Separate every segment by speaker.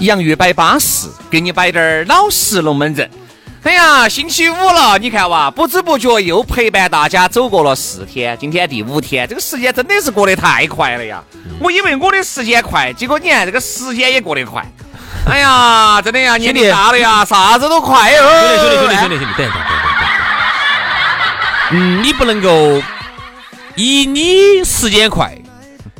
Speaker 1: 洋芋摆巴适，给你摆点儿老实龙门阵。哎呀，星期五了，你看哇，不知不觉又陪伴大家走过了四天，今天第五天，这个时间真的是过得太快了呀！
Speaker 2: 嗯
Speaker 1: 我以为我的时间快，结果你看这个时间也过得快。哎呀，真的呀，年龄大了呀，啥子都快哦。
Speaker 2: 兄弟，兄弟，兄弟，兄弟，兄弟，等一下，等一下，等一下。嗯，你不能够以你时间快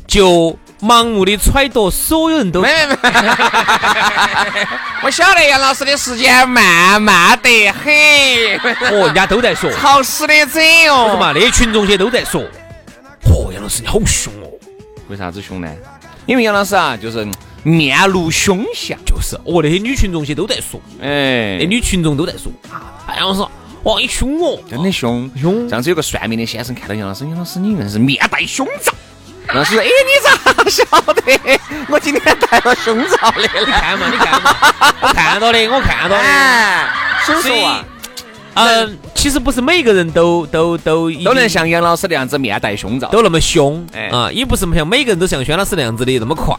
Speaker 2: 就盲目的揣度所有人都
Speaker 1: 没没没，我晓得杨老师的时间慢慢得很，
Speaker 2: 哦，人家都在说，
Speaker 1: 好使的很
Speaker 2: 是
Speaker 1: 哦。
Speaker 2: 嘛？那些群众些都在说，哦，杨老师你好凶哦，
Speaker 1: 为啥子凶呢？因为杨老师啊，就是面露凶相。
Speaker 2: 就是哦，那些女群众些都在说，
Speaker 1: 哎
Speaker 2: 那，女群众都在说啊，哎，杨老师，哇，你凶哦，
Speaker 1: 真的凶
Speaker 2: 凶
Speaker 1: 上次有个算命的先生看到杨老师，杨老师你硬是面带凶兆。杨老师说：“哎，你咋晓得？ 我今天带了凶兆来
Speaker 2: 你
Speaker 1: 了。
Speaker 2: 看嘛，你看嘛，我看到的，我看”到的。
Speaker 1: 哎，所以说啊，
Speaker 2: 嗯，其实不是每个人都都都已经
Speaker 1: 都能像杨老师那样子面带凶兆。
Speaker 2: 都那么凶
Speaker 1: 哎
Speaker 2: 啊，也不是像每个人都像轩老师那样子的那么 快，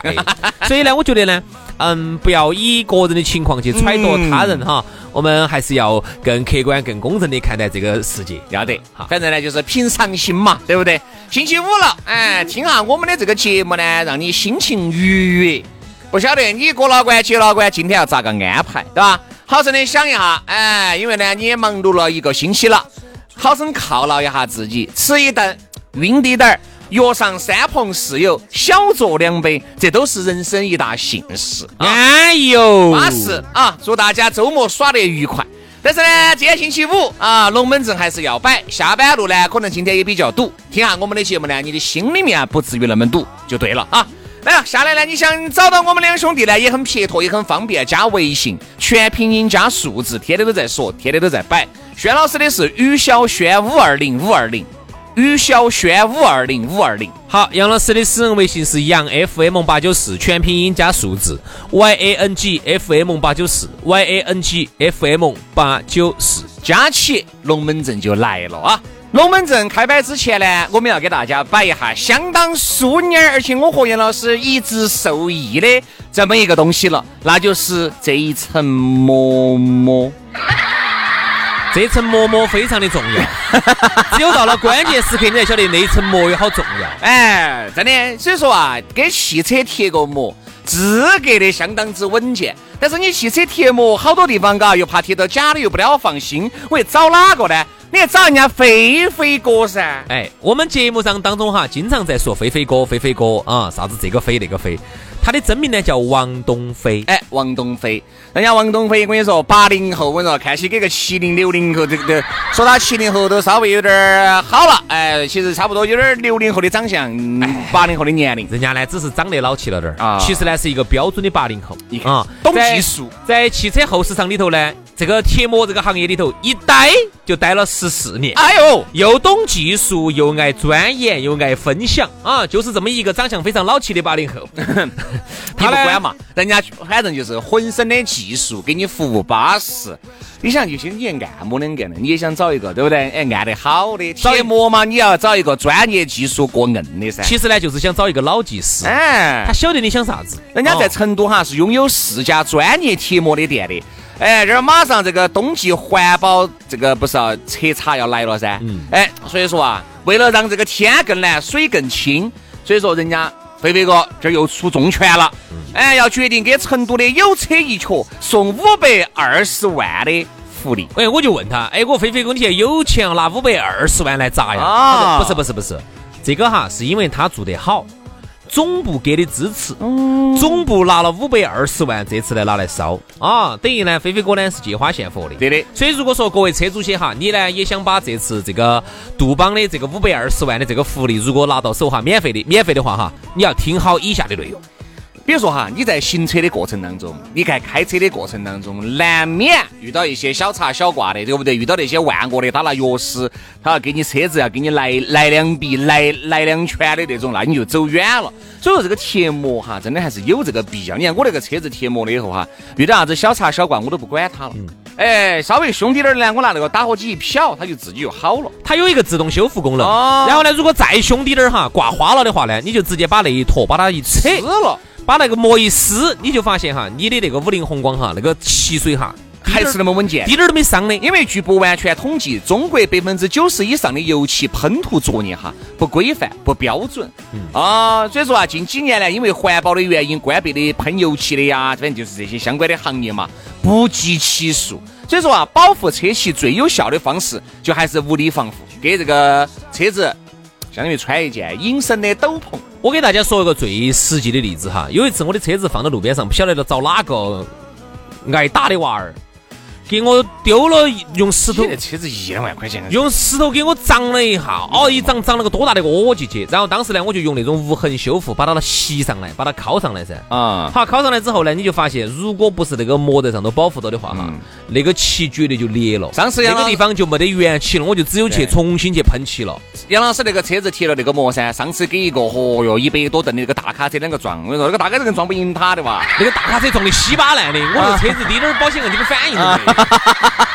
Speaker 2: 所以呢，我觉得呢，嗯，不要以个人的情况去揣度
Speaker 1: 嗯
Speaker 2: 他人哈，我们还是要更客观、更公正的看待这个世界。
Speaker 1: 要得
Speaker 2: 好，
Speaker 1: 反正呢就是平常心嘛，对不对？星期五了，哎，听下我们的这个节目呢，让你心情愉悦。不晓得你哥老倌、姐老倌今天要咋个安排，对吧？好生的想一下，哎，因为呢你也忙碌了一个星期了，好生犒劳一下自己，吃一顿，晕滴点儿。约上三朋四友，小酌两杯，这都是人生一大幸事。啊
Speaker 2: 哎呦，
Speaker 1: 巴适啊！祝大家周末耍得愉快。但是呢，今天星期五啊，龙门阵还是要摆。下班路呢，可能今天也比较堵。听下我们的节目呢，你的心里面啊不至于那么堵就对了啊。来啊，下来呢，你想找到我们两兄弟呢，也很撇脱，也很方便，加微信，全拼音加数字，天天都在说，天天都在摆。轩老师的是于小轩五二零五二零，于小轩五二零五二零。
Speaker 2: 好，杨老师的私人微信是杨 FM 八九四，全拼音加数字，Y A N G F M 八九四，Y A N G F M 八九四。
Speaker 1: 加起龙门阵就来了啊！龙门阵开摆之前呢，我们要给大家摆一下相当淑女儿，而且我和杨老师一直受益的这么一个东西了，那就是这一层膜膜。
Speaker 2: 这层膜膜非常的重要， 只有到了关键时刻，你才晓得那一层膜有好重要。
Speaker 1: 哎，真的，所以说啊，给汽车贴个膜，资格的相当之稳健。但是你汽车贴膜，好多地方嘎又怕贴到假的，又不了放心。我又找哪个呢？你还找人家飞飞哥噻。
Speaker 2: 哎，我们节目上当中哈，经常在说飞飞哥，飞飞哥啊，啥子这个飞那个飞，他的真名呢叫王东飞。
Speaker 1: 哎，王东飞，人家王东飞，我跟你说，八零后，我跟你说，看起给个七零六零后，这个这说他七零后都稍微有点儿好了，哎，其实差不多有点儿六零后的长相，八零后的年龄，
Speaker 2: 人家呢只是长得老气了点儿
Speaker 1: 啊
Speaker 2: 其实呢是一个标准的八零后
Speaker 1: 你看
Speaker 2: 啊，
Speaker 1: 懂
Speaker 2: 在
Speaker 1: 技术，
Speaker 2: 在汽车后市场里头呢，这个贴膜这个行业里头一待就待了十四年。
Speaker 1: 哎呦，
Speaker 2: 又懂技术，又爱钻研，又爱分享啊，就是这么一个长相非常老气的八零 后。
Speaker 1: 他
Speaker 2: 他
Speaker 1: 不
Speaker 2: 呢
Speaker 1: 管嘛，人家反正就是浑身的技术，给你服务巴适。你想，有些你按摩两个呢，你也想找一个，对不对？哎，按得好的，
Speaker 2: 找一
Speaker 1: 贴膜嘛，你要找一个专业技术过硬的噻。
Speaker 2: 其实呢，就是想找一个老技师，
Speaker 1: 哎
Speaker 2: 他，晓得你想啥子。
Speaker 1: 人家
Speaker 2: 哦
Speaker 1: 在成都哈是拥有四家专业贴膜的店的。哎，这儿马上这个冬季环保这个不是要彻查要来了噻？哎，所以说啊，为了让这个天更蓝，水更清，所以说人家飞飞哥这儿又出重拳了，哎，要决定给成都的有车一族送五百二十万的福利。
Speaker 3: 哎，我就问他，哎，我菲菲哥，你现在有钱要拿五百二十万来砸呀？
Speaker 1: 啊
Speaker 3: 他说不是不是不是，这个哈是因为他做得好，总部给的支持，总部拿了五百二十万，这次来拿来烧啊，等于呢，菲菲哥呢是借花献佛的。
Speaker 1: 对的
Speaker 3: 所以如果说各位车主些哈，你呢也想把这次这个杜邦的这个五百二十万的这个福利，如果拿到手哈，免费的免费的话哈，你要听好以下的内容。
Speaker 1: 比如说哈，你在行车的过程当中，你在开车的过程当中，难免遇到一些小插小挂的，对不对？遇到那些万恶的，他拿钥匙，他要给你车子要给你来来两笔，来来两拳的那种，那你就走远了。所以说这个贴膜哈，真的还是有这个必要。你看我那个车子贴膜了以后哈，遇到啥子小插小挂我都不管它了。哎，稍微凶滴点儿呢，我拿那个打火机一瞟，它就自己就好了。
Speaker 3: 它有一个自动修复功能，
Speaker 1: 哦
Speaker 3: 然后呢，如果再凶滴点儿哈，挂花了的话呢，你就直接把那一坨把它一扯，
Speaker 2: 哎
Speaker 1: 死了，
Speaker 3: 把那个膜一撕，你就发现哈，你的那个五菱宏光哈，那个汽水哈，
Speaker 1: 还是那么稳健。
Speaker 3: 滴点儿都没伤的。
Speaker 1: 因为据不完全统计，中国百分之九十以上的油漆喷涂作业哈不规范、不标准，啊，所以说啊，近几年呢，因为环保的原因，关闭的喷油漆的呀，反正就是这些相关的行业嘛，不计其数。所以说啊，保护车漆最有效的方式，就还是物理防护，给这个车子相当于穿一件隐身的斗篷。
Speaker 3: 我给大家说一个最实际的例子哈，有一次我的车子放到路边上，不晓得找哪个挨打的娃儿，给我丢了一，用石头
Speaker 1: 你。这车子一两万块钱，
Speaker 3: 用石头给我涨了一下，哦，一涨涨了个多大的个窝进去，然后当时呢，我就用那种无痕修复把它吸上来，把它铐上来噻。
Speaker 1: 啊，
Speaker 3: 好，烤上来之后呢，你就发现，如果不是那个膜在上头保护到的话，哈，那个漆绝对就裂了。
Speaker 1: 上次
Speaker 3: 那
Speaker 1: 杨老
Speaker 3: 个地方就没得原漆了，我就只有去
Speaker 1: 啊对
Speaker 3: 重新去喷漆了。
Speaker 1: 杨老师那个车子贴了那个膜噻，上次给一个，嚯哟，一百多吨的那个大卡车两个撞，我跟你说，那个大卡车更撞不赢他的哇！
Speaker 3: 那个大卡车撞得稀巴烂的，
Speaker 1: 啊
Speaker 3: 我这车子滴点儿保险杠就给反应 都没得。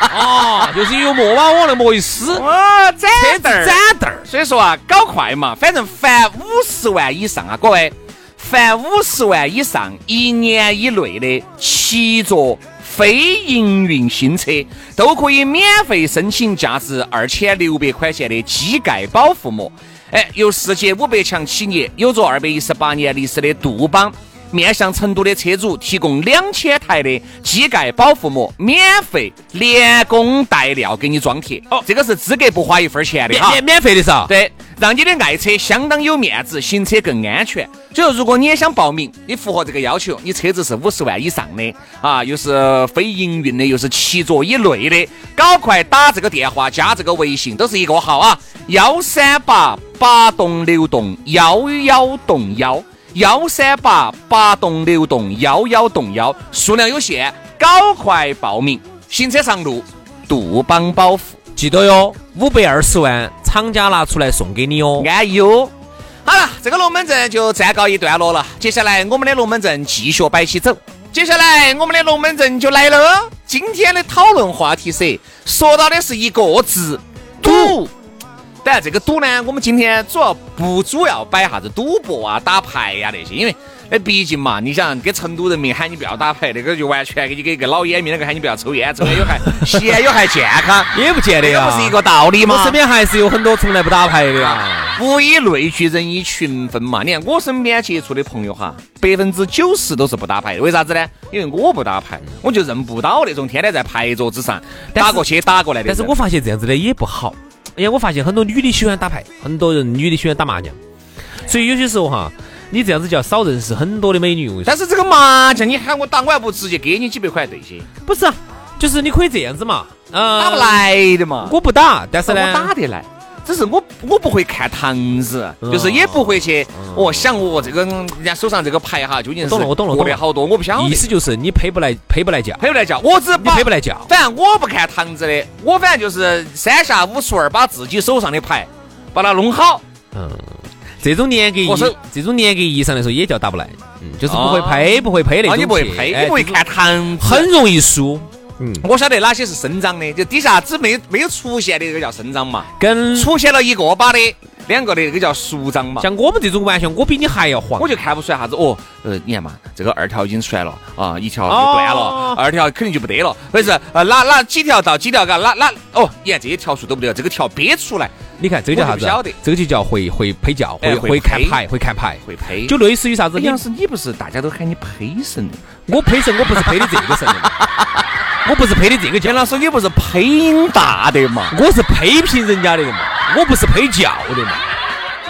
Speaker 3: 啊，就是有膜把我那膜一撕，
Speaker 1: 哇，展
Speaker 3: 车
Speaker 2: 啊
Speaker 3: 子
Speaker 1: 凳
Speaker 3: 展
Speaker 1: 儿，
Speaker 3: 凳儿。
Speaker 1: 所以说啊，搞快嘛，反正凡五十万以上啊，各位，凡五十万以上一年以内的七座非营运新车，都可以免费申请价值二千六百块钱的机盖保护膜。哎，由世界五百强企业有着二百一十八年历史的杜邦。面向成都的车主提供两千台的机盖保护膜，免费连工带料给你装贴。哦，这个是资格不花一分钱的
Speaker 3: 免
Speaker 1: 哈。
Speaker 3: 免免费的
Speaker 2: 啊
Speaker 3: 噻，
Speaker 1: 对，让你的爱车相当有面子，行车更安全。所以说，如果你也想报名，你符合这个要求，你车子是五十万以上的啊，又是非营运的，又是七座以内的，赶快打这个电话加这个微信，都是一个号啊，幺三八八栋六栋幺幺栋幺。幺三八八栋六栋幺幺栋幺，数量有限，赶快报名！行车上路，杜邦保护。
Speaker 3: 记得哟，五百二十万厂家拿出来送给你哦。
Speaker 1: 安逸哦。好了，这个龙门阵就暂告一段落了。接下来我们的龙门阵继续摆起走。接下来我们的龙门阵就来了。今天的讨论话题是说到的是一个字——赌。当然，这个赌呢，我们今天主要不主要摆啥子赌博啊、打牌呀、那些，因为那毕竟嘛，你想给成都人民喊你不要打牌，那个就完全给你给一个老烟民那个喊你不要抽烟，抽烟有害 吸烟有害健康，
Speaker 3: 也不见得
Speaker 1: 这个
Speaker 3: 呀，
Speaker 1: 不是一个道理
Speaker 3: 我
Speaker 1: 吗
Speaker 3: 身？边还是有很多从来不打牌的呀。
Speaker 1: 物以类聚，人以群分嘛。你看我身边接触的朋友哈，百分之九十都是不打牌的。为啥子呢？因为我不打牌，我就认不到那种天天在牌桌子上
Speaker 3: 但是
Speaker 1: 打过去打过来的
Speaker 3: 但
Speaker 1: 人。
Speaker 3: 是我发现这样子的也不好。哎呀，我发现很多女的喜欢打牌，很多人女的喜欢打麻将，所以有些时候哈，你这样子就要少认识很多的美女。我跟你说
Speaker 1: 但是这个麻将，你喊我打，我还不直接给你几百块对些，
Speaker 3: 不是啊，就是你可以这样子嘛，呃，
Speaker 1: 打不，来的嘛。
Speaker 3: 我不打，但是呢，
Speaker 1: 我打得来。只是我我不会看堂子，
Speaker 3: 嗯
Speaker 1: 就是也不会去哦想我这个人家手上这个牌哈究竟是
Speaker 3: 我懂了我懂了我
Speaker 1: 过
Speaker 3: 懂
Speaker 1: 得
Speaker 3: 了
Speaker 1: 好多，我不晓
Speaker 3: 意
Speaker 1: 得。
Speaker 3: 思就是你配不来，配不来叫，
Speaker 1: 配不来叫，我只
Speaker 3: 你
Speaker 1: 把
Speaker 3: 配不来叫。
Speaker 1: 反正我不看堂子的，我反正就是三下五除二把自己手上的牌把它弄好。
Speaker 3: 嗯，这种严格意
Speaker 1: 我是
Speaker 3: 这种严格意义上来说也叫打不来，嗯，就是不会
Speaker 1: 哦
Speaker 3: 配，不会配那
Speaker 1: 啊，
Speaker 3: 种
Speaker 1: 你不会
Speaker 3: 棋
Speaker 1: 配，
Speaker 3: 哎
Speaker 1: 你不会
Speaker 3: 这种
Speaker 1: 看堂子。
Speaker 3: 很容易输，
Speaker 1: 我晓得哪些是生长的，就底下只没没有出现的这个叫生长嘛，
Speaker 3: 跟
Speaker 1: 出现了一个把的，两个的这个叫熟长嘛。
Speaker 3: 像我们这种玩笑，我比你还要黄
Speaker 1: 我。就看不出来啥子哦，呃，你看嘛，这个二条已经出来了啊，一条就断了，
Speaker 3: 哦
Speaker 1: 二条肯定就不得了，或者是呃哪哪几条到几条嘎哪哪哦，你看这些条数都不得了，这个条憋出来，
Speaker 3: 你看这个叫啥子啊
Speaker 1: 我就不晓得？
Speaker 3: 这个就叫会会陪教，
Speaker 1: 哎
Speaker 3: 会
Speaker 1: 会
Speaker 3: 会看
Speaker 1: 陪
Speaker 3: 牌，会看牌，
Speaker 1: 会呸。
Speaker 3: 就类似于啥子？
Speaker 1: 哎
Speaker 3: 你
Speaker 1: 杨是你不是大家都喊你呸神？
Speaker 3: 我陪神，我不是陪的这个神的 嘛，我不是陪的这个教
Speaker 1: 杨，老师，你不是配音大的嘛？
Speaker 3: 我是批评人家的嘛，我不是陪教的嘛，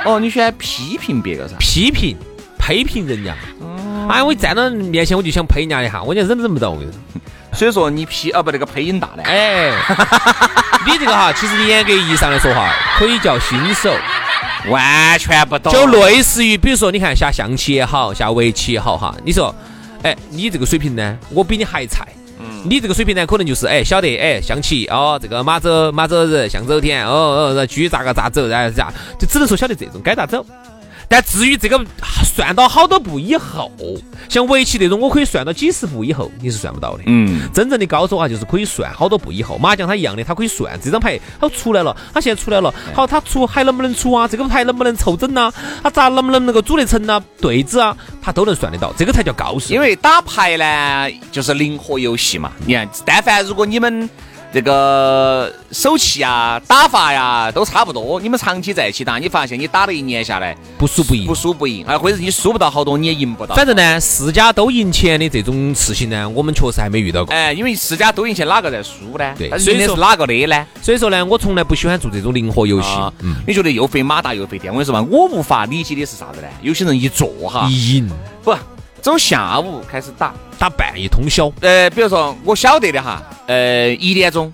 Speaker 1: 哦，你喜欢批评别个噻？
Speaker 3: 批评批评人家。
Speaker 1: 哦
Speaker 3: 哎，我一站到面前我就想呸人家一下，我讲忍忍不到。我跟你说
Speaker 1: 所以说你批啊不那个配音大的，
Speaker 3: 哎， 你这个哈，其实你严格意义上来说哈，可以叫新手，
Speaker 1: 完全不懂。
Speaker 3: 就类似于比如说你看下象棋也好，下围棋也好哈，你说，哎，你这个水平呢，我比你还菜。你这个水平呢，可能就是哎，晓得哎，象棋哦，这个马走马走人，象走田哦哦，然后车咋个咋走，然后咋，就只能说晓得这种该咋走。但至于这个啊算到好多步以后，像围棋这种，我可以算到几十步以后，你是算不到的。
Speaker 1: 嗯，
Speaker 3: 真正的高手啊，就是可以算好多步以后，麻将它一样的，它可以算这张牌它出来了，它现在出来了，好，它出还能不能出啊？这个牌能不能凑整呐？它咋能不能能够组得成呢？对子啊，它都能算得到，这个才叫高手。
Speaker 1: 因为打牌呢就是灵活游戏嘛。你看，但凡如果你们这个手气啊、打法呀、都差不多，你们长期在一起打，你发现你打了一年下来
Speaker 3: 不输不赢
Speaker 1: 不。输不赢，啊，或者是你输不到好多，你也赢不到。
Speaker 3: 反正呢，四家都赢钱的这种事情呢，我们确实还没遇到过。
Speaker 1: 哎，因为四家都赢钱，哪个在输呢？
Speaker 3: 对
Speaker 1: 但是
Speaker 3: 所以
Speaker 1: 赢的
Speaker 3: 说
Speaker 1: 是哪个的呢？
Speaker 3: 所以说呢，我从来不喜欢做这种灵活游戏。
Speaker 1: 啊
Speaker 3: 嗯，
Speaker 1: 你觉得又费马达又费电，我跟你说嘛，我无法理解的是啥子呢？有些人一坐哈，
Speaker 3: 一赢
Speaker 1: 不走下午开始打，
Speaker 3: 打半夜通宵，
Speaker 1: 呃，比如说我晓得的哈，呃，一点钟，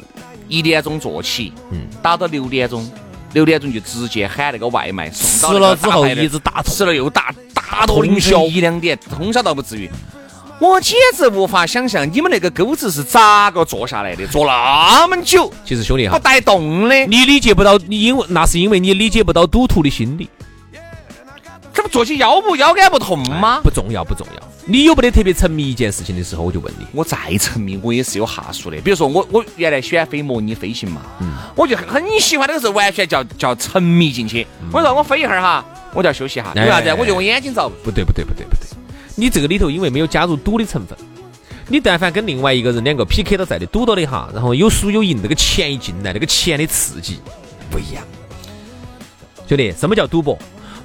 Speaker 1: 一点钟坐起，
Speaker 3: 嗯
Speaker 1: 打到六点钟，六点钟就直接喊那个外卖送
Speaker 3: 吃
Speaker 1: 到那
Speaker 3: 了
Speaker 1: 个
Speaker 3: 之
Speaker 1: 大
Speaker 3: 后
Speaker 1: 排的。
Speaker 3: 一直打
Speaker 1: 吃
Speaker 3: 通。
Speaker 1: 了又打，打到
Speaker 3: 通
Speaker 1: 凌
Speaker 3: 宵
Speaker 1: 晨一两点，通宵倒不至于。我简直无法想象你们那个钩子是咋个坐下来的，坐那么 久
Speaker 3: 其实兄弟
Speaker 1: 不
Speaker 3: 哈，
Speaker 1: 带动的，
Speaker 3: 你理解不到，你因为那是因为你理解不到赌徒的心理。
Speaker 1: 这不坐起腰不腰杆不痛吗？
Speaker 3: 不重要，不重要。你有没得特别沉迷一件事情的时候，我就问你，
Speaker 1: 我再沉迷，我也是有下数的。比如说我，我原来喜欢飞模拟飞行嘛，我就很喜欢那个时候，完全叫叫沉迷进去。我说我飞一会儿哈，我就要休息哈，因为啥子？
Speaker 3: 哎
Speaker 1: 我觉得我眼睛遭不住。
Speaker 3: 不对，不对，不对，不对，你这个里头因为没有加入赌的成分。你但凡跟另外一个人两个 PK 到在的赌到的哈，然后有输有赢，那个钱一进来，那个钱的刺激不一样。兄弟，什么叫赌博？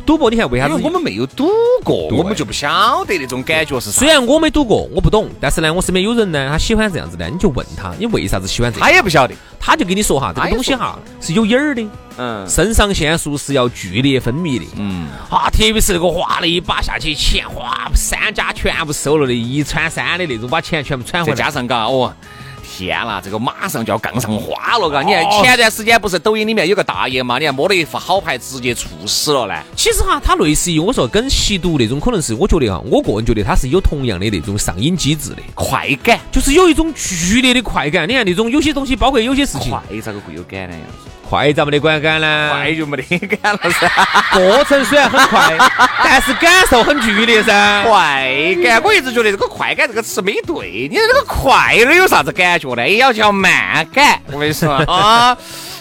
Speaker 3: 赌博你看为啥
Speaker 1: 因哎
Speaker 3: 子
Speaker 1: 为我？们没有赌过，
Speaker 3: 对
Speaker 1: 我们就不晓得那种感觉是啥
Speaker 3: 虽。然我没赌过，我不懂，但是呢，我身边有人呢，他喜欢这样子的，你就问他，你为啥子喜欢这个？
Speaker 1: 他也不晓得，
Speaker 3: 他就跟你说哈，这
Speaker 1: 他
Speaker 3: 个
Speaker 1: 也
Speaker 3: 东西哈是有瘾儿的，
Speaker 1: 嗯
Speaker 3: 肾上腺素是要剧烈分泌的。
Speaker 1: 嗯，
Speaker 3: 啊，特别是那个哗的一把下去，钱哗三家全部收了的，一穿三的那种，把钱全部穿回
Speaker 1: 再
Speaker 3: 来。
Speaker 1: 加上嘎，哦，天啦，这个马上就要杠上花了嘎！你看
Speaker 3: 哦
Speaker 1: 前段时间不是抖音里面有个大爷嘛，你看摸了一副好牌，直接猝死了嘞。
Speaker 3: 其实哈，它类似于我说跟吸毒那种，可能是我觉得哈，我个人觉得它是有同样的那种上瘾机制的，
Speaker 1: 快感，
Speaker 3: 就是有一种剧烈的快感。你看那种有些东西，包括有些事情，
Speaker 1: 快咋个会有感呢？
Speaker 3: 快咋没得观感呢？
Speaker 1: 就没得感了噻。
Speaker 3: 过程虽然很快，但是感受很剧烈噻。
Speaker 1: 快感，我一直觉得这个快感这个词没对，你这个快的有啥子感觉呢？也哎要叫慢感，我跟你说啊。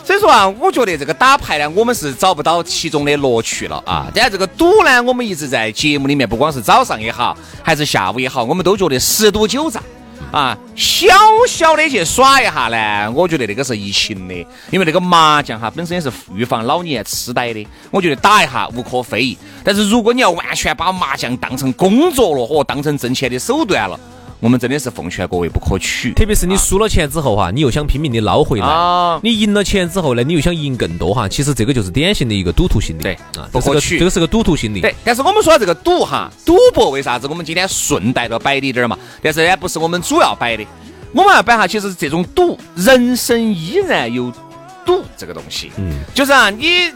Speaker 1: 所以说啊，我觉得这个打牌呢，我们是找不到其中的乐趣了啊。但这个赌呢，我们一直在节目里面，不光是早上也好，还是下午也好，我们都觉得十赌九诈。啊，小小的去耍一下呢，我觉得那个是疫情的，因为那个麻将哈本身也是预防老年痴呆的，我觉得打一下无可非议。但是如果你要完全把麻将当成工作了，或当成挣钱的手段了，我们真的是奉劝各位不可取。
Speaker 3: 特别是你输了钱之后啊哈，你又想拼命的捞回
Speaker 1: 啊
Speaker 3: 来，你赢了钱之后呢，你又想赢更多哈。其实这个就是典型的一个赌徒心理，
Speaker 1: 对
Speaker 3: 啊，
Speaker 1: 不
Speaker 3: 这是
Speaker 1: 可
Speaker 3: 个
Speaker 1: 取
Speaker 3: 这个是个赌徒心理。
Speaker 1: 对，但是我们说这个赌哈，赌博为啥子我们今天顺带着摆的一点儿嘛？但是呢，不是我们主要摆的，我们要摆哈，其实这种赌，人生依然有赌这个东西。嗯，就是啊，你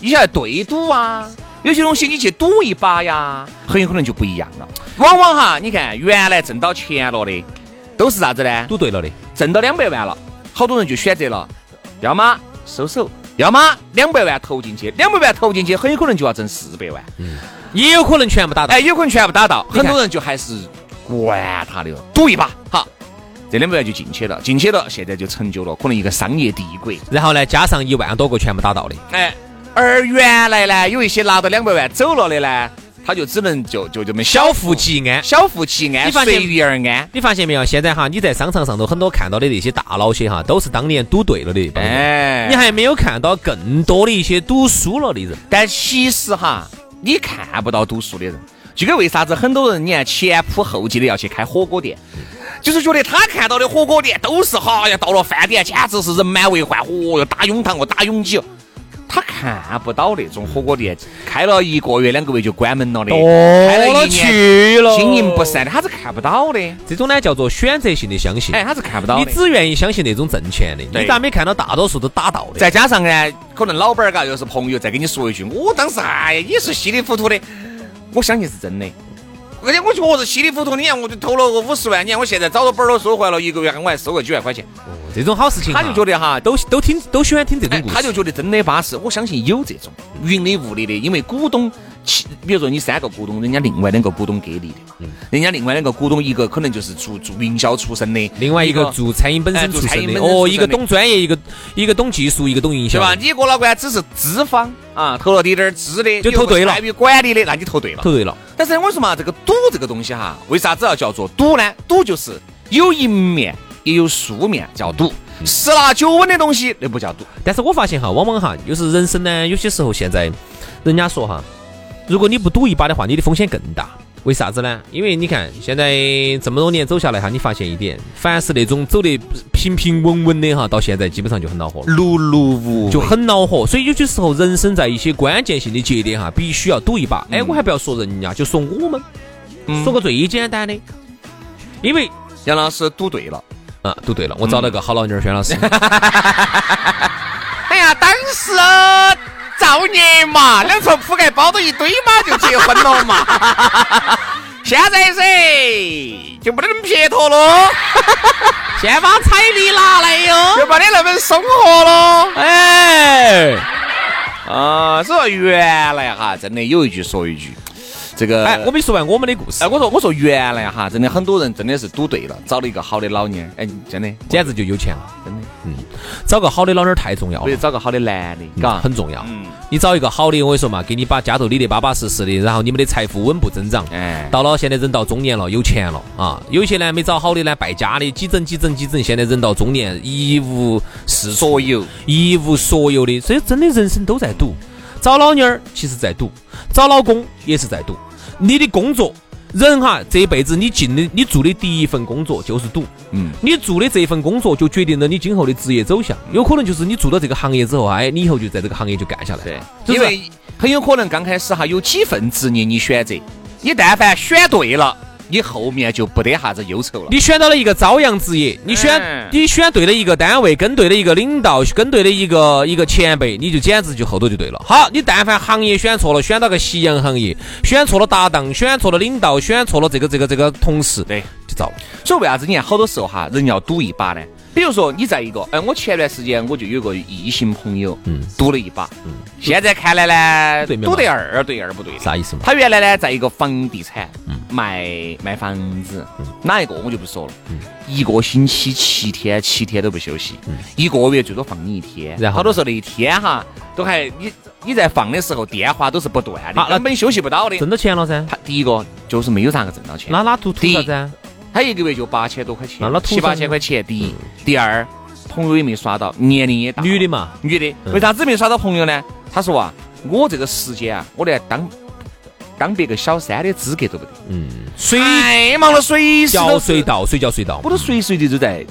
Speaker 1: 你晓得对赌啊，有些东西你去赌一把呀，很有可能就不一样了。往往哈，你看原来挣到钱了的，都是啥子呢？
Speaker 3: 赌对了的，
Speaker 1: 挣到两百万了，好多人就选择了，要么收手，要么两百万投进去，两百万投进去很有可能就要挣四百万。
Speaker 3: 也有可能全部打到。
Speaker 1: 哎，有可能全部打到，
Speaker 3: 你看
Speaker 1: 很多人就还是管他的，赌一把，好，这两百万就进去了，进去了，现在就成就了可能一个商业帝国。
Speaker 3: 然后呢，加上一万多个全部打到的，
Speaker 1: 哎，而原来呢，有一些拿到两百万走了的呢，他他就只能就就这么
Speaker 3: 小富即安。
Speaker 1: 小富即安，
Speaker 3: 你发现
Speaker 1: 随遇而安。
Speaker 3: 你发现没有？现在哈，你在商场上头很多看到的那些大佬些哈，都是当年赌对了的一帮人。
Speaker 1: 哎，
Speaker 3: 你还没有看到更多的一些赌输了的人。
Speaker 1: 但其实哈，你看不到赌输的人，就跟为啥子很多人你看前仆后继的要去开火锅店，就是觉得他看到的火锅店都是哈呀，到了饭点简直是人满为患，哦哟打涌堂哦打拥挤哦，他看不到那种火锅店开了一个月两个月就关门了的，开了一年
Speaker 3: 去
Speaker 1: 经营不善的，他是看不到的，
Speaker 3: 这种呢叫做选择性的相信。
Speaker 1: 哎，他是看不到
Speaker 3: 你
Speaker 1: 的。
Speaker 3: 只愿意相信那种挣钱的，
Speaker 1: 对
Speaker 3: 你咋没看到大多数都打到的？
Speaker 1: 再加上呢，可能老板儿嘎又是朋友，再跟你说一句，我当时哎呀也是稀里糊涂的，我相信是真的。而且我觉得稀里糊涂，你看我就投了个五十万，你看我现在找到本儿都收回来了，一个月我还收个几万块钱，
Speaker 3: 这种好事情哈，
Speaker 1: 他就觉得哈，
Speaker 3: 都都听都喜欢啊听这种
Speaker 1: 哎
Speaker 3: 故事。
Speaker 1: 他就觉得真的巴适。我相信有这种云里雾里的，因为股东，其比如说你三个股东，人家另外两个股东给你的嘛，
Speaker 3: 嗯
Speaker 1: 人家另外两个股东一个可能就是做做营销出身的，
Speaker 3: 另外一个做餐饮本
Speaker 1: 哎
Speaker 3: 身
Speaker 1: 做
Speaker 3: 出
Speaker 1: 餐
Speaker 3: 身
Speaker 1: 饮
Speaker 3: 的，
Speaker 1: 本身出
Speaker 3: 哦，一个
Speaker 1: 身的
Speaker 3: 懂专业，一个一个懂技术，一个懂营
Speaker 1: 对
Speaker 3: 销，
Speaker 1: 吧？你郭老倌只是资方啊，投了滴点儿资的，
Speaker 3: 就
Speaker 1: 你又
Speaker 3: 投
Speaker 1: 不是
Speaker 3: 对了
Speaker 1: 参与管理的，那你投对了。
Speaker 3: 投对了。
Speaker 1: 但是我说嘛，这个赌这个东西哈，为啥子要叫做赌呢？赌就是有赢面也有输面，叫赌。
Speaker 3: 嗯
Speaker 1: 十拿九稳的东西，那不叫赌。
Speaker 3: 但是我发现哈，往往哈，就是人生呢，有些时候现在人家说哈，如果你不赌一把的话，你的风险更大。为啥子呢？因为你看现在这么多年走下来哈，你发现一点，凡是那种走得平平稳稳的哈，到现在基本上就很恼火了。
Speaker 1: 碌碌无为
Speaker 3: 就很恼火，所以有些时候人生在一些关键性的节点哈，必须要赌一把。哎，我还不要说人家，就说我们，
Speaker 1: 嗯
Speaker 3: 说个最简单的，因为
Speaker 1: 杨老师赌对了。
Speaker 3: 啊，赌对了，我找了个好老妞儿，轩老师。
Speaker 1: 哎呀，当时啊造孽嘛，两层铺盖包到一堆嘛，就结婚了嘛。 现在噻，就没得那么撇脱了，
Speaker 3: 先把彩礼拿来哟。
Speaker 1: 就没得那么生活了。
Speaker 3: 哎，
Speaker 1: 啊，所以说原来哈，真的有一句说一句，这个
Speaker 3: 哎，我没说完我们的故事
Speaker 1: 哎，，我说我说原来哈，真的很多人真的是赌对了，找了一个好的老妞儿，哎，真的，
Speaker 3: 简直就有钱了。嗯
Speaker 1: 真的，
Speaker 3: 找个好的老妞儿太重要
Speaker 1: 我就
Speaker 3: 了，
Speaker 1: 找个好的男的，
Speaker 3: 嗯
Speaker 1: 嘎，
Speaker 3: 很重要。
Speaker 1: 嗯，
Speaker 3: 你找一个好的，我跟你说嘛，给你把家头理得巴巴适适的，然后你们的财富稳步增长。
Speaker 1: 哎，
Speaker 3: 到了现在人到中年了，有钱了啊！有些呢没找好的呢，败家的，几整几整几整，现在人到中年一无是处，
Speaker 1: 所有
Speaker 3: 一无所有的，所以真的人生都在赌。找老妞儿其实在赌，找老公也是在赌。你的工作，人哈这辈子你进的你做的第一份工作就是赌，
Speaker 1: 嗯，
Speaker 3: 你做的这份工作就决定了你今后的职业走向，有可能就是你做到这个行业之后，哎，你以后就在这个行业就干下来
Speaker 1: 对
Speaker 3: 了，，
Speaker 1: 哎因
Speaker 3: 因为
Speaker 1: 为很有可能刚开始哈有几份职业你选择，你但凡选对了，你后面就不得啥子忧愁了。
Speaker 3: 你选到了一个朝阳职业，你选、
Speaker 1: 嗯
Speaker 3: 你选对了一个单位，跟对了一个领导，跟对了一个一个前辈，你就简直就后头就对了。好，你但凡行业选错了，选到个夕阳行业，选错了搭档，选错了领导，选错了这个这个这个同事，
Speaker 1: 对，
Speaker 3: 就糟了。
Speaker 1: 所以为啥子你看好多时候哈，人要赌一把呢？比如说你在一个，哎，我前段时间我就有个异性朋友，
Speaker 3: 嗯
Speaker 1: 赌了一把，现在看来
Speaker 3: 对
Speaker 1: 呢，赌
Speaker 3: 面嘛
Speaker 1: 得二对二不对的。
Speaker 3: 啥意嗯思嘛？
Speaker 1: 他原来呢，在一个房地产卖卖房子，
Speaker 3: 嗯
Speaker 1: 哪一个我就不说了。一个星期七天，七天都不休息，一个月最多放你一天。
Speaker 3: 嗯然后呢
Speaker 1: 好多时候那一天哈，都还你你在放的时候，电话都是不断的
Speaker 3: 好，那
Speaker 1: 根本休息不到的。
Speaker 3: 挣到钱了噻，
Speaker 1: 他第一个就是没有咋个挣到钱，
Speaker 3: 那那图图
Speaker 1: 第一
Speaker 3: 啥子啊？
Speaker 1: 他一个月就八千多块钱
Speaker 3: 那那，图嗯
Speaker 1: 七八千块钱。第一，第二，朋友也没耍到，年龄也大，
Speaker 3: 女的嘛，
Speaker 1: 女的，
Speaker 3: 嗯
Speaker 1: 为啥子没耍到朋友呢？他说啊，我这个时间啊，我连当当别个小三的资格都不得，
Speaker 3: 嗯，随
Speaker 1: 太忙了，随时
Speaker 3: 哎叫
Speaker 1: 都
Speaker 3: 随到，随叫随到。
Speaker 1: 我都随时随地都在，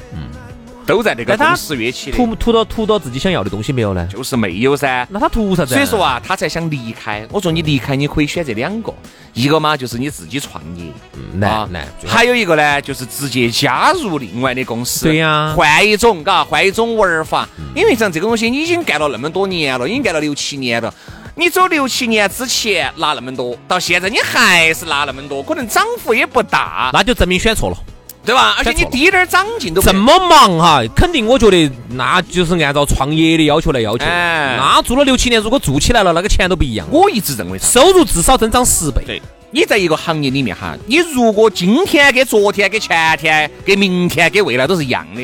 Speaker 1: 都在那个
Speaker 3: 但他
Speaker 1: 风时乐起的，
Speaker 3: 图图到图到自己想要的东西没有呢？
Speaker 1: 就是没有噻。
Speaker 3: 那他图啥子？
Speaker 1: 所以说，啊，他才想离开。我说你离开，你可以选择两个，一个嘛就是你自己创业，
Speaker 3: 嗯难
Speaker 1: 啊
Speaker 3: 难最好
Speaker 1: 还有一个呢就是直接加入另外的公司，
Speaker 3: 对呀嗯
Speaker 1: 换一种，嘎，换一种玩法。因为像这个东西，你已经干了那么多年了，已经干了六七年了。你走六七年之前拿那么多，到现在你还是拿那么多，可能涨幅也不大，
Speaker 3: 那就证明选错了。
Speaker 1: 对吧？而且
Speaker 3: 选
Speaker 1: 你
Speaker 3: 错了
Speaker 1: 滴点儿长进都不
Speaker 3: 这么忙哈，肯定我觉得那就是按照创业的要求来要求。
Speaker 1: 哎
Speaker 3: 那做了六七年，如果做起来了，那个钱都不一样，
Speaker 1: 我一直认为是。
Speaker 3: 收入至少增长十倍。
Speaker 1: 对，你在一个行业里面哈，你如果今天跟昨天、跟前天、跟明天、跟未来都是一样的，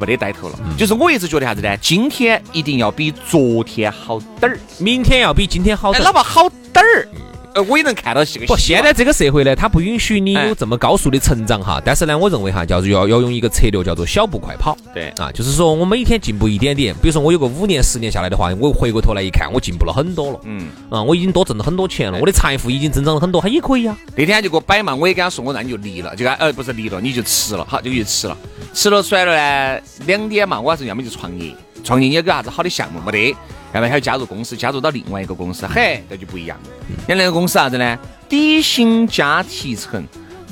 Speaker 1: 没得带头了。
Speaker 3: 嗯
Speaker 1: 就是我一直觉得啥子呢？今天一定要比昨天好点儿，
Speaker 3: 明天要比今天好
Speaker 1: 哎，
Speaker 3: 点
Speaker 1: 哪。怕好点儿，呃，我也能看到这个希望。
Speaker 3: 哦不，现在这个社会呢，它不允许你有这么高速的成长哈。但是呢，我认为哈，叫做要要用一个策略，叫做小步快跑。
Speaker 1: 对
Speaker 3: 啊，就是说我每天进步一点点。比如说我有个五年、十年下来的话，我回过头来一看，我进步了很多了。
Speaker 1: 嗯
Speaker 3: 啊，我已经多挣了很多钱了，我的财富已经增长了很多，它也可以啊。
Speaker 1: 那天他就给我摆嘛，我也跟他说，我那你就离了，就给他呃不是离了，你就吃了，好就去吃了，吃了出来了呢，两点嘛，我还说要么就创业，创业你有个啥子好的项目没得，要不然他就加入公司，加入到另外一个公司，嘿，这就不一样了。人家那个公司啥子呢？底薪加提成，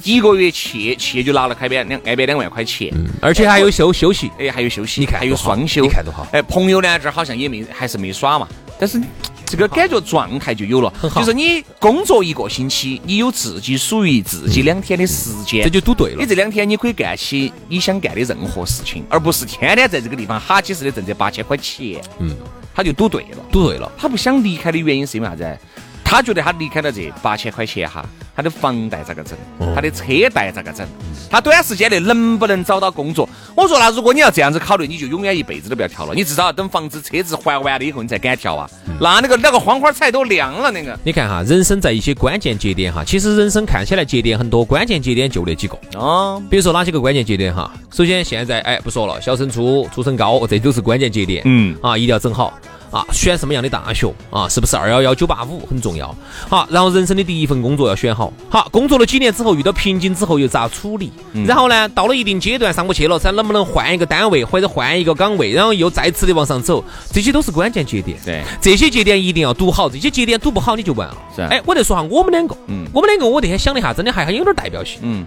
Speaker 1: 一个月去去就拿了开边两挨边两万块钱。
Speaker 3: 而且还有休休息。
Speaker 1: 哎，还有休息，
Speaker 3: 你看
Speaker 1: 还有
Speaker 3: 多好
Speaker 1: 双休，
Speaker 3: 你看多好
Speaker 1: 哎，朋友呢，这儿好像也没还是没耍嘛，但是这个感觉状态就有了，
Speaker 3: 好
Speaker 1: 就是你工作一个星期，你有自己属于自己两天的时间，
Speaker 3: 嗯这就赌对了
Speaker 1: 你。这两天你可以干起你想干的任何事情，而不是天天在这个地方哈起似的挣这八千块钱，
Speaker 3: 嗯，
Speaker 1: 他就赌对了。
Speaker 3: 赌对了。
Speaker 1: 他不想离开的原因是因为啥子？他觉得他离开了这八千块钱哈，他的房贷咋个整？
Speaker 3: 哦
Speaker 1: 他的车贷咋个整？他短时间内能不能找到工作？我说那如果你要这样子考虑，你就永远一辈子都不要跳了，你至少要等房子、车子还完了以后，你再敢跳啊！
Speaker 3: 嗯
Speaker 1: 那那个那个黄花菜都凉了，那个
Speaker 3: 你看哈，人生在一些关键节点哈，其实人生看起来节点很多，关键节点就那几个。
Speaker 1: 哦，
Speaker 3: 比如说哪些个关键节点哈？首先现在哎不说了，小升初、初升高，这都是关键节点。
Speaker 1: 嗯
Speaker 3: 啊，一定要整好啊，选什么样的大学啊？是不是二幺幺、九八五很重要？好，然后人生的第一份工作要选好。好，工作了几年之后遇到瓶颈之后又咋处理？然后呢，到了一定阶段上不去了，咱能不能换一个单位或者换一个岗位，然后又再次的往上走？这些都是关键节点。
Speaker 1: 对，
Speaker 3: 这些节点一定要堵好，这些节点堵不好你就完了。
Speaker 1: 是啊
Speaker 3: 哎，我再说下我们两个，
Speaker 1: 嗯
Speaker 3: 我们两个我那天想了一下，真的还很有点代表性。
Speaker 1: 嗯，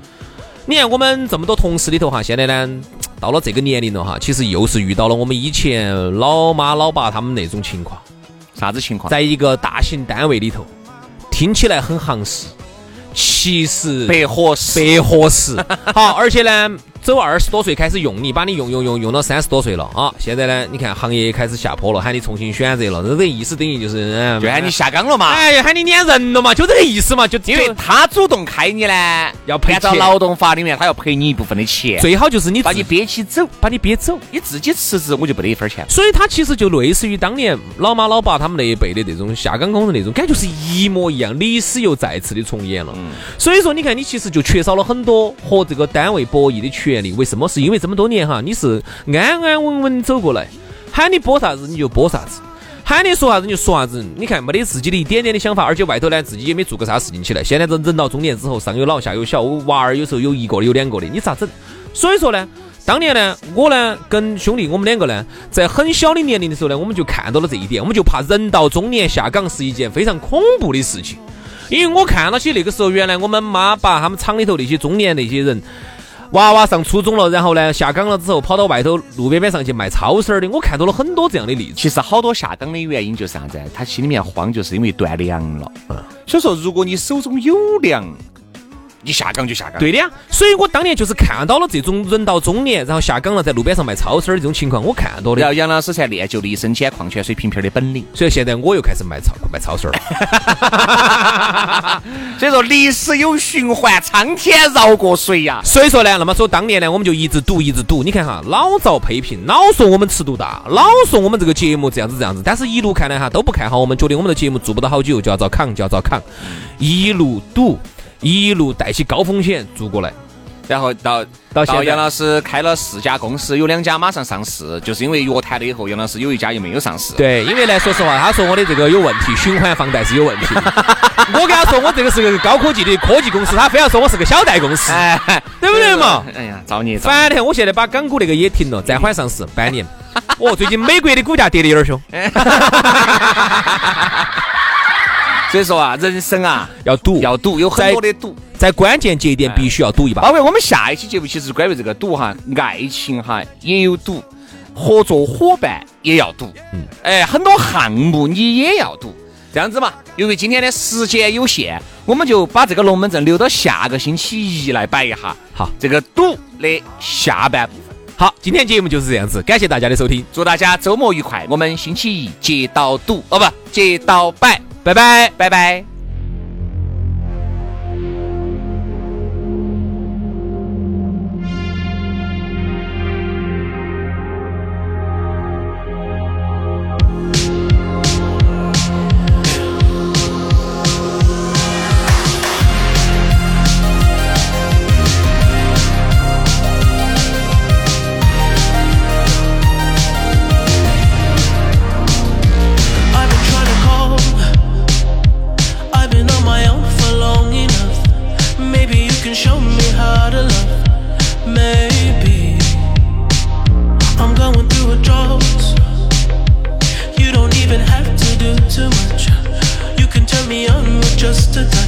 Speaker 3: 你看我们这么多同事里头哈，现在呢到了这个年龄了哈，其实又是遇到了我们以前老妈老爸他们那种情况，
Speaker 1: 啥子情况？
Speaker 3: 在一个大型单位里头，听起来很行实，其实
Speaker 1: 白合适，
Speaker 3: 白 合适。好，而且呢，走二十多岁开始用你，把你用用用用到三十多岁了啊！现在呢，你看行业也开始下坡了，喊你重新选择了，这个意思等于就是，嗯
Speaker 1: 就喊你下岗了嘛。
Speaker 3: 哎，喊你撵人了嘛，就这个意思嘛，就
Speaker 1: 因为
Speaker 3: 就
Speaker 1: 他主动开你呢，
Speaker 3: 要赔
Speaker 1: 按照
Speaker 3: 钱
Speaker 1: 劳动法里面，他要赔你一部分的钱，
Speaker 3: 最好就是你
Speaker 1: 把
Speaker 3: 自
Speaker 1: 你憋起走。
Speaker 3: 把你憋走。
Speaker 1: 你自己辞职，我就没得一分钱。
Speaker 3: 所以它其实就类似于当年老妈老爸他们那一辈的这种下岗工人那种感觉是一模一样，历史又再次的重演了。
Speaker 1: 嗯
Speaker 3: 所以说，你看你其实就缺少了很多和这个单位博弈的权利。为什么？是因为这么多年哈，你是安安稳稳走过来，喊你播啥子你就播啥子。喊你说啥子你就说啥子，你看没得自己的一点点的想法，而且外头呢自己也没做过啥事情起来。现在人人到中年之后，上有老下有小，娃儿有时候有一个的有两个的，你咋整？所以说呢，当年呢，我呢跟兄弟我们两个呢，在很小的年龄的时候呢，我们就看到了这一点，我们就怕人到中年下岗是一件非常恐怖的事情。因为我看到起那个时候，原来我们妈爸他们厂里头那些中年那些人，娃娃上初中了，然后呢下岗了之后，跑到外头路边边上去卖超市儿的，我看到了很多这样的例子。
Speaker 1: 其实好多下岗的原因就是啥子？他心里面慌，就是因为断粮了。
Speaker 3: 嗯
Speaker 1: 所以说，如果你手中有粮，你下岗就下岗。，
Speaker 3: 对的呀，所以我当年就是看到了这种人到中年，然后下岗了，在路边上卖超市儿这种情况，我看到
Speaker 1: 然后
Speaker 3: 的。
Speaker 1: 杨老师才练就了一身捡矿泉水瓶瓶的本领。
Speaker 3: 所以现在我又开始卖超卖超市儿了。
Speaker 1: 所以说，历史有循环，苍天饶过谁呀、
Speaker 3: 所以说呢，那么说当年呢，我们就一直赌，一直赌。你看哈，老遭批评，老说我们尺度大，老说我们这个节目这样子这样子，但是一路看来哈都不看好我们，觉得我们的节目做不到好久，就要遭扛，就要遭扛，一路赌，一路带起高风险做过来。
Speaker 1: 然后到
Speaker 3: 到现在
Speaker 1: 杨老师开了四家公司，有两家马上上市，就是因为约谈了以后，杨老师有一家又没有上市。
Speaker 3: 对，因为呢，说实话，他说我的这个有问题，循环房贷是有问 题的。我跟他说我这个是个高科技的科技公司，他非要说我是个小贷公司，
Speaker 1: 哎，
Speaker 3: 对不对嘛？
Speaker 1: 哎呀，造孽！造孽
Speaker 3: 烦的很，我现在把港股那个也停了，暂缓上市 半年。哦，最近美国的股价跌得有点凶，
Speaker 1: 哎所以说啊，人生啊，
Speaker 3: 要赌，
Speaker 1: 要赌，有很
Speaker 3: 在
Speaker 1: 多的赌。
Speaker 3: 在关键节点必须要赌一把。
Speaker 1: 包括我们下一期节目，其实关于这个赌哈，爱情哈也有赌，合作伙伴也要赌，嗯，哎，很多项目你也要赌，这样子嘛。由于今天的时间有限，我们就把这个龙门阵留到下个星期一来摆一下。
Speaker 3: 好
Speaker 1: 这个赌的下半部分，
Speaker 3: 好，今天节目就是这样子，感谢大家的收听，
Speaker 1: 祝大家周末愉快。我们星期一接到赌哦不，接到摆，拜拜拜拜。
Speaker 4: Hãy subscribe cho kênh Ghiền Mì Gõ Để không bỏ lỡ can show me how to love. Maybe I'm going through a drought. You don't even have to do too much. You can turn me on with just a touch. Oh, Oh, Oh, Oh, Oh,